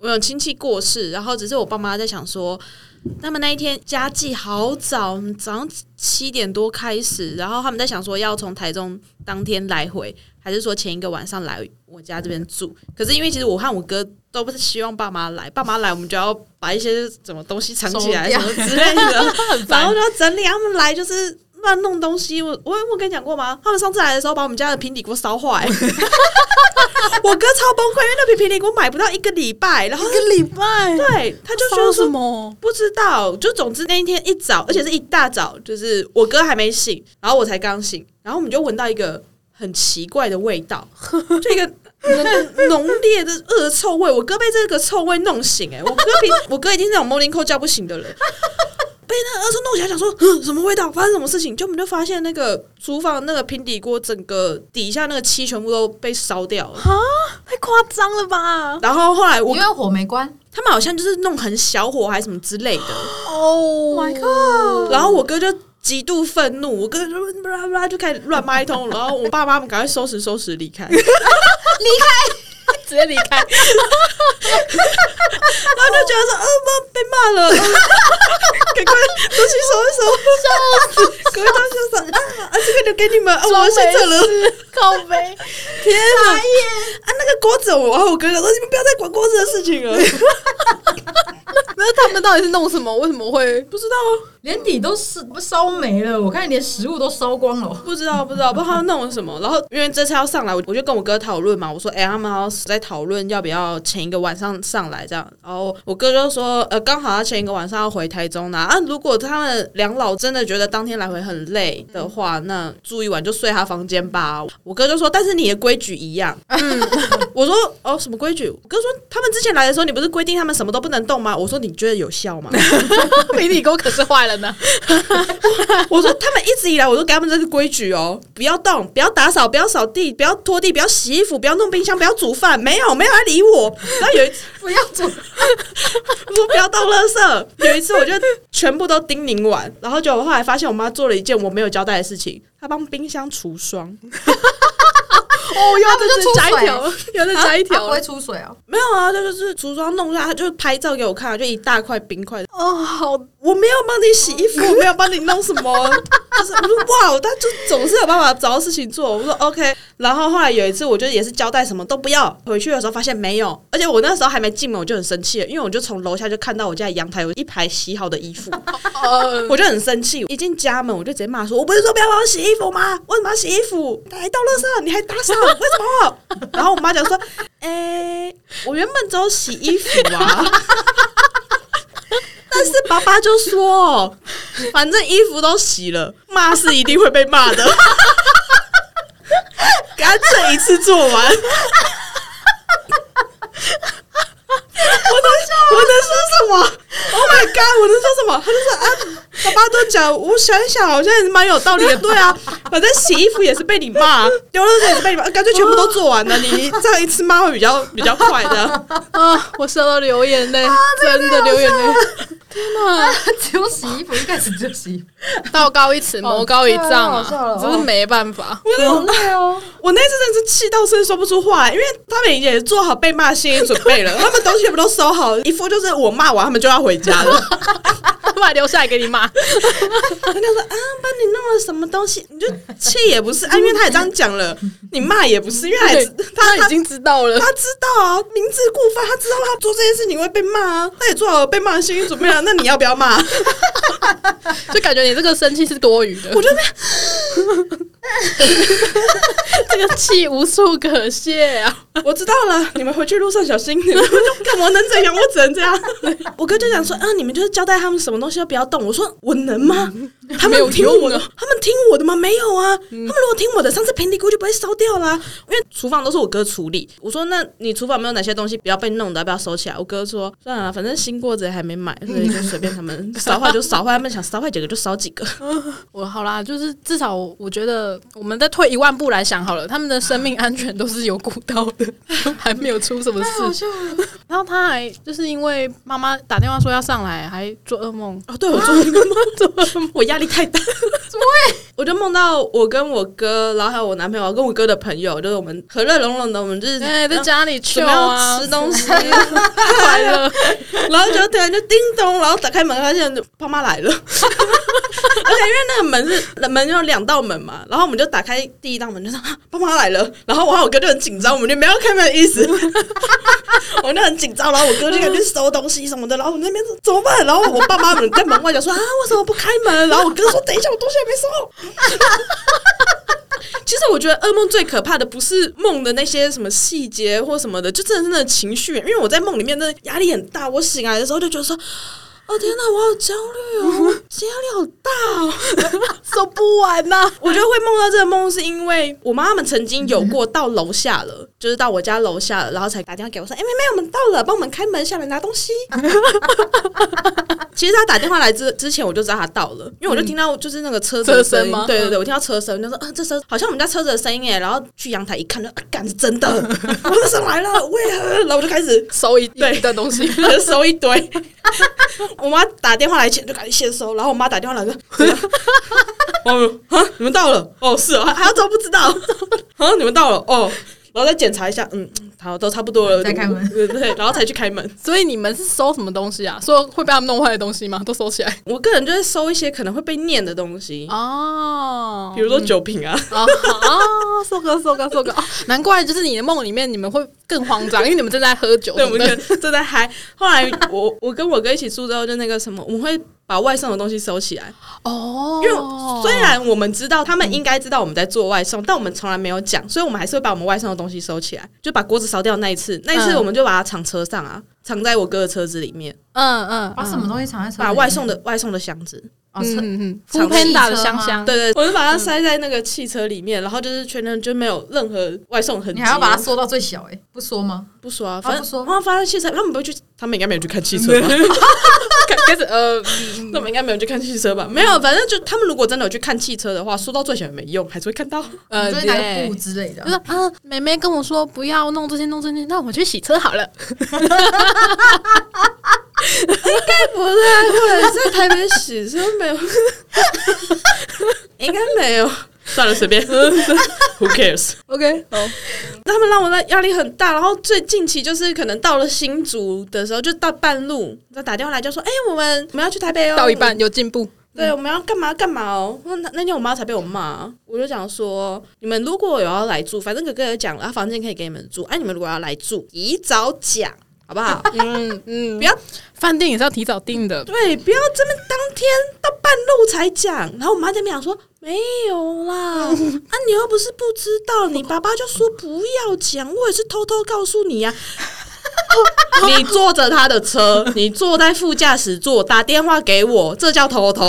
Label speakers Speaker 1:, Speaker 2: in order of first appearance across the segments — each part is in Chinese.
Speaker 1: 我有亲戚过世，然后只是我爸妈在想说，他们那一天家祭好早，早上七点多开始，然后他们在想说要从台中当天来回，还是说前一个晚上来我家这边住。可是因为其实我和我哥都不是希望爸妈来，爸妈来我们就要把一些什么东西藏起来什
Speaker 2: 收
Speaker 1: 么
Speaker 2: 掉
Speaker 1: 之类 的，
Speaker 2: 很
Speaker 1: 然后
Speaker 2: 烦
Speaker 1: 就要整理。他们来就是。乱弄东西，我我我跟你讲过吗？他们上次来的时候，把我们家的平底锅烧 坏，我哥超崩溃，因为那瓶平底锅买不到一个礼拜，然后
Speaker 2: 一个礼拜，
Speaker 1: 对，他就
Speaker 2: 烧
Speaker 1: 说
Speaker 2: 什
Speaker 1: 说
Speaker 2: 么？
Speaker 1: 不知道，就总之那一天一早，而且是一大早，就是我哥还没醒，然后我才刚醒，然后我们就闻到一个很奇怪的味道， 就一个。浓烈的恶臭味，我哥被这个臭味弄醒、哎，我哥平 我哥已经是那种 morning call 叫不醒的人， 被那恶臭弄起来，想说， 嗯，什么味道？发生什么事情？就我们就发现那个厨房那个平底锅整个底下那个漆全部都被烧掉了，
Speaker 2: 太夸张了吧！
Speaker 1: 然后后来我
Speaker 3: 因为火没关。
Speaker 1: 他们好像就是弄很小火还是什么之类的，
Speaker 2: 哦、
Speaker 3: Oh my
Speaker 2: god！
Speaker 1: 然后我哥就极度愤怒，我哥就巴拉巴拉就开始乱骂一通，然后我爸妈们赶快收拾收拾离 开，然
Speaker 2: 直接离开，
Speaker 1: 后就觉得说，呃，妈被骂了，赶快东西收一收，笑死！赶快东西收拾啊，啊，这个留给你们，啊，我要先走了。
Speaker 2: 靠背。
Speaker 1: 天哪！啊，那个锅子，我和我哥讲说，你们不要再管锅子的事情了。
Speaker 2: 那他们到底是弄什么？为什么 会？
Speaker 1: 不知道，啊
Speaker 3: 连底都是烧没了，我看连食物都烧光了。
Speaker 1: 不知道，不知道，不知道他们弄了什么。然后因为这次要上来，我我就跟我哥讨论嘛，我说，哎、他们好像在讨论要不要前一个晚上上来这样。然后我哥就说，呃，刚好他前一个晚上要回台中啦、啊。如果他们两老真的觉得当天来回很累的话，那住一晚就睡他房间吧。我哥就说，但是你的规矩一样。嗯，我说，哦，什么规矩？我哥说，他们之前来的时候，你不是规定他们什么都不能动吗？我说，你觉得有效吗？
Speaker 2: 平底锅可是坏了呢。
Speaker 1: 我说他们一直以来我都给他们这个规矩哦，不要动，不要打扫，不要扫地，不要拖地，不要洗衣服，不要弄冰箱，不要煮饭，没有没有来理我。然后有一次
Speaker 3: 不要 煮，
Speaker 1: 我说不要倒垃圾，有一次我就全部都叮咛完，然后就我后来发现我妈做了一件我没有交代的事情，她帮冰箱除霜，
Speaker 2: 哦，要再
Speaker 3: 就出
Speaker 2: 加一
Speaker 3: 水
Speaker 2: 条，要再加一
Speaker 3: 它不
Speaker 2: 条
Speaker 3: 会。出水哦。
Speaker 1: 没有啊，她就是除霜弄下来，她就拍照给我看，就一大块冰块。
Speaker 2: 哦，好
Speaker 1: 我没有帮你洗衣 服，我没有帮你弄什么，就是我说哇，他就总是有办法找到事情做。我说 OK，然后后来有一次，我就也是交代什么都不要，回去的时候发现没有，而且我那时候还没进门，我就很生气了，因为我就从楼下就看到我家的阳台有一排洗好的衣 服，
Speaker 2: 呃，
Speaker 1: 我就很生气，一进家门我就直接骂说：“我不是说不要帮我洗衣服吗？为什么要洗衣服？你还倒垃圾，你还打扫，为什么？” 然后我妈讲说：“哎、我原本只有洗衣服啊。”但是爸爸就说：“反正衣服都洗了，骂是一定会被骂的， 给他这一次做完。”我能我能说什么？Oh my god！我能说什么？他就说啊，爸爸都讲，我想一想，好像也是蛮有道理的。对啊，反正洗衣服也是被你骂，丢垃圾也是被你骂，干脆全部都做完了。你这样一次骂会比较比较快的。
Speaker 2: 啊，我收到流眼泪，真的流眼泪。天哪，
Speaker 3: 只有洗衣服，一开始只有洗衣服。
Speaker 2: 道高一尺，魔高一丈
Speaker 3: 好笑了
Speaker 2: 哦啊，
Speaker 3: 好笑了
Speaker 2: 真是没办 法。
Speaker 3: 好累 哦，
Speaker 1: 我那次真的是气到真的说不出话来，因为他们也做好被骂的心理准备 了，他们东西全部都收好，一副就是我骂完他们就要回家 了。
Speaker 2: 他把留下来给你骂，
Speaker 1: 他就说啊，帮你弄了什么东西？你就气也不是，啊，因为他也这样讲了，你骂也不是，因为他也知他
Speaker 2: 他
Speaker 1: 他
Speaker 2: 已经知道了。
Speaker 1: 他知道啊，明知故犯，他知道他做这件事情会被骂啊，他也做好被骂的心理准备啊了。那你要不要骂？ 我
Speaker 2: 就感觉你这个生气是多余 的，
Speaker 1: 就在
Speaker 2: 这个气无处可泄啊！
Speaker 1: 我知道了，你们回去路上小心。你们就干嘛能怎样？我只能这样。 我哥就讲说，啊，你们就是交代他们什么东西都不要动。我说我能吗？他
Speaker 2: 没
Speaker 1: 们
Speaker 2: 有
Speaker 1: 听
Speaker 2: 用
Speaker 1: 我的
Speaker 2: 啊，
Speaker 1: 他们听我的吗？没有啊。他们如果听我的，上次平底锅就不会烧掉啦。因为厨房都是我哥处理。我说，那你厨房没有哪些东西不要被弄的，要不要收起来？我哥说，算了啦，反正新锅子也还没买，所以就随便他 们烧坏就烧坏，他们想烧坏几个就烧几个。
Speaker 2: 我好啦，就是至少我觉得，我们再退一万步来想好了，他们的生命安全都是有顾到的， 还没有出什么事。然后他还就是因为妈妈打电话说要上来，还做噩梦，
Speaker 1: 哦，对，我做了一个梦，我压压力太大。我就梦到我跟我哥，然后还有我男朋友跟我哥的朋友，就是我们和乐融融的，我们就是
Speaker 2: 哎，在家里去
Speaker 1: 准备
Speaker 2: 啊
Speaker 1: 要吃，东西，
Speaker 2: 快乐。
Speaker 1: 然后就突然就叮咚，然后打开门发现爸妈来了，而 且因为那个门是门有两道门嘛，然后我们就打开第一道门，就说啊爸妈来了，然后我和我哥就很紧张，我们就没有开门的意思， 我们就很紧张，然后我哥就在那边收东西什么的，然后我们那边说怎么办？然后我爸妈们在门外就说啊为什么不开门？然后我哥说等一下我东西还没收。 其实我觉得噩梦最可怕的不是梦的那些什么细节或什么的，就真的是那个情绪。因为我在梦里面真的压力很大，我醒来的时候就觉得说。哦天哪，我好焦虑哦，我今天压力好大 哦，
Speaker 2: 走嗯不完啊呐、
Speaker 1: 我觉得会梦到这个梦，是因为我妈妈们曾经有过到楼下 了，就是到我家楼下了，然后才打电话给我说：“哎、妹妹，我们到了，帮我们开门下来拿东 西。”其实她打电话来之之前，我就知道她到了，因为我就听到就是那个车子的
Speaker 2: 车声
Speaker 1: 音
Speaker 2: 吗
Speaker 1: 对对对，我听到车声，就说：“啊，这车好像我们家车子的声音哎。”然后去阳台一看，就啊，干是真的，我的车来了，为何？然后我就开始
Speaker 2: 收一
Speaker 1: 对
Speaker 2: 一的东西，
Speaker 1: 就收一堆。 我妈打电话来前就赶紧先收，然后我妈打电话来说：“ 哦，啊，你们到了？哦，是哦，还还要装不知道？啊，你们到了？哦。”然后再检查一下，嗯，好，都差不多了，
Speaker 3: 再开门
Speaker 1: 对对，对然后才去开门。
Speaker 2: 所以你们是收什么东西啊？说会被他们弄坏的东西吗？都收起来
Speaker 1: 我个人就会收一些可能会被念的东西，
Speaker 2: 哦
Speaker 1: 比如说酒瓶啊，
Speaker 2: 啊啊，收个收个收个哦，难怪就是你的梦里面你们会更慌张，因为你们正在喝酒，
Speaker 3: 嗯
Speaker 1: 对，我
Speaker 2: 不
Speaker 1: 们就正在嗨。后来我我跟我哥一起住之后，就那个什么，我们会把外送的东西收起来，
Speaker 2: 哦，
Speaker 1: 因为虽然我们知道他们应该知道我们在做外送，但我们从来没有讲，所以我们还是会把我们外送的东西收起来，就把锅子烧掉那一次，那一次
Speaker 2: 嗯
Speaker 1: 我们就把它藏车上啊，藏在我哥的车子里面，
Speaker 2: 嗯嗯，
Speaker 3: 把什么东西藏在车子里
Speaker 1: 把
Speaker 3: 面？
Speaker 1: 外送的外送的箱子，
Speaker 3: 哦，车
Speaker 2: 嗯嗯
Speaker 3: 长
Speaker 2: ，Food
Speaker 3: 期
Speaker 2: Panda
Speaker 3: 车
Speaker 2: 的香
Speaker 3: 吗
Speaker 2: 香，
Speaker 1: 对
Speaker 3: 嗯
Speaker 1: 对，我就把它塞在那个汽车里面，然后就是全程就没有任何外送痕迹，
Speaker 3: 你还要把它缩到最小哎，不缩吗？
Speaker 1: 不说啊，
Speaker 3: 啊
Speaker 1: 反正
Speaker 3: 不嗯说
Speaker 1: 然后发现汽车，他们不会去，他们应该没有去看汽车吧？
Speaker 2: 开开始呃，嗯
Speaker 1: 他们应该没有去看汽车吧？没有，反正就他们如果真的有去看汽车的话，说到最小也没用，还是会看到。
Speaker 2: 呃，
Speaker 3: 你就会拿个
Speaker 2: 对
Speaker 3: 布之类的
Speaker 2: 就。是啊，妹妹跟我说不要弄这些弄这些，那我去洗车好了。
Speaker 1: 不太会，在台北洗车没有， 应该没有。算了，随 便。Who cares？
Speaker 2: OK，好，
Speaker 1: 他们让我的压力很大。然后最近期就是可能到了新竹的时候，就到半路，就打电话来就说：“哎、我们我们要去台北哦。”
Speaker 2: 到一，半有进步，
Speaker 1: 对，我们要干嘛干嘛哦。那那天我妈才被我骂，我就讲说：“你们如果有要来住，反正哥哥也讲了，他房间可以给你们住。哎、你们如果要来住，提早讲好不 好？
Speaker 2: 嗯嗯，
Speaker 1: 不要
Speaker 2: 饭店也是要提早订的，
Speaker 1: 对，不要这么当天到半路才讲。然后我妈在那边讲说没有啦，啊，你又不是不知道，你爸爸就说不要讲，我也是偷偷告诉你呀、啊你坐着他的车，你坐在副驾驶座，打电话给我，这叫偷偷。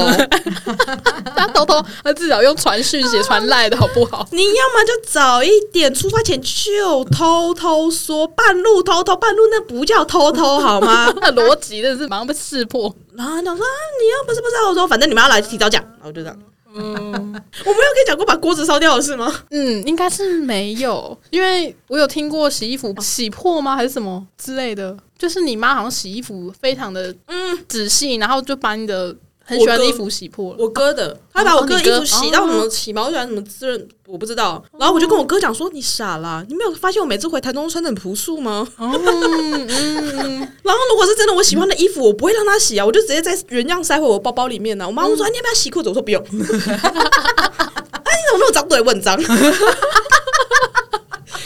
Speaker 2: 他偷偷，他至少用传讯写传赖的好不 好？
Speaker 1: 你要么就早一点，出发前就偷偷说，半路偷偷，半路那不叫偷偷好吗？
Speaker 2: 他的逻辑真的是马上被识破，
Speaker 1: 然后他讲说啊，你要不是不知道，我说反正你们要来提早讲，然后就这样。 我没有跟你讲过把锅子烧掉的事吗？
Speaker 2: 嗯，应该是没有，因为我有听过洗衣服洗破吗，还是什么之类的，就是你妈好像洗衣服非常的
Speaker 1: 嗯，
Speaker 2: 仔细，然后就把你的很喜欢的衣服洗破了。
Speaker 1: 我哥的，他把我哥的衣
Speaker 2: 哦
Speaker 1: 服
Speaker 2: 你哥
Speaker 1: 洗到什么起毛卷、什么滋润，我不知道。然后我就跟我哥讲说：“你傻啦，你没有发现我每次回台中穿的很朴素吗？”
Speaker 2: 嗯嗯，嗯
Speaker 1: 然后如果是真的我喜欢的衣服，我不会让他洗啊，我就直接在原样塞回我包包里面呢、我妈会说：“
Speaker 2: 嗯
Speaker 1: 哎，你要不要洗裤子？”我说：“不用。” 哎，你怎么那么脏？对，我很脏。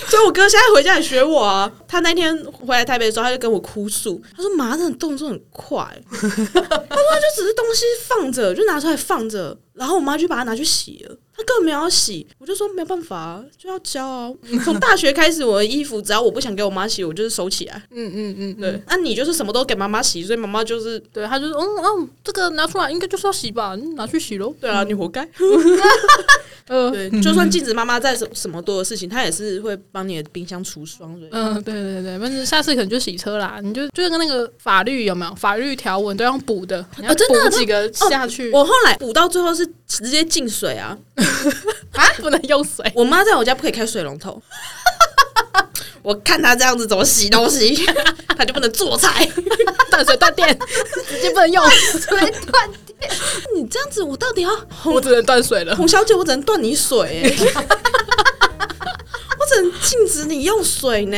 Speaker 1: 所以，我哥现在回家也学我啊。他那天回来台北的时候，他就跟我哭诉，他说：“妈，真的动作很快。”他说：“就只是东西放着，就拿出来放着，然后我妈就把它拿去洗了。”他根本没有要洗，我就说没有办法啊，就要教啊。从大学开始，我的衣服只要我不想给我妈洗，我就是收起来。
Speaker 2: 嗯嗯嗯，
Speaker 1: 对，那、你就是什么都给妈妈洗，所以妈妈就是
Speaker 2: 对，他就是嗯嗯，这个拿出来应该就是要洗吧，嗯拿去洗喽。
Speaker 1: 对啊，你活该。
Speaker 2: 嗯呃
Speaker 1: 对，就算禁止妈妈在什什么做的事情，她也是会帮你的冰箱除霜。所以
Speaker 2: 嗯，对对对，但是下次可能就洗车啦，你就就是跟那个法律有没有法律条文都要补的，你要
Speaker 1: 哦真的
Speaker 2: 补几个下去，
Speaker 1: 我后来补到最后是直接进水啊！
Speaker 2: 啊不能用水。
Speaker 1: 我妈在我家不可以开水龙头， 我看她这样子怎么洗东西， 她就不能做菜。
Speaker 2: 断水断电，直接不能用。
Speaker 3: 对，断电，
Speaker 1: 你这样子，我到底要
Speaker 2: 我只能断水了。
Speaker 1: 洪小姐，我只能断你水、 欸，我只能禁止你用水呢、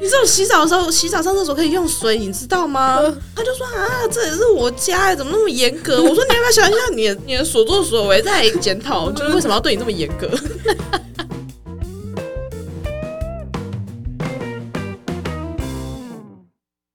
Speaker 1: 你这种洗澡的时候，洗澡上厕所可以用水，你知道吗？他就说啊，这也是我家、欸，怎么那么严格？我说你要不要想一下你的你的所作所为，再检讨，就是为什么要对你这么严格？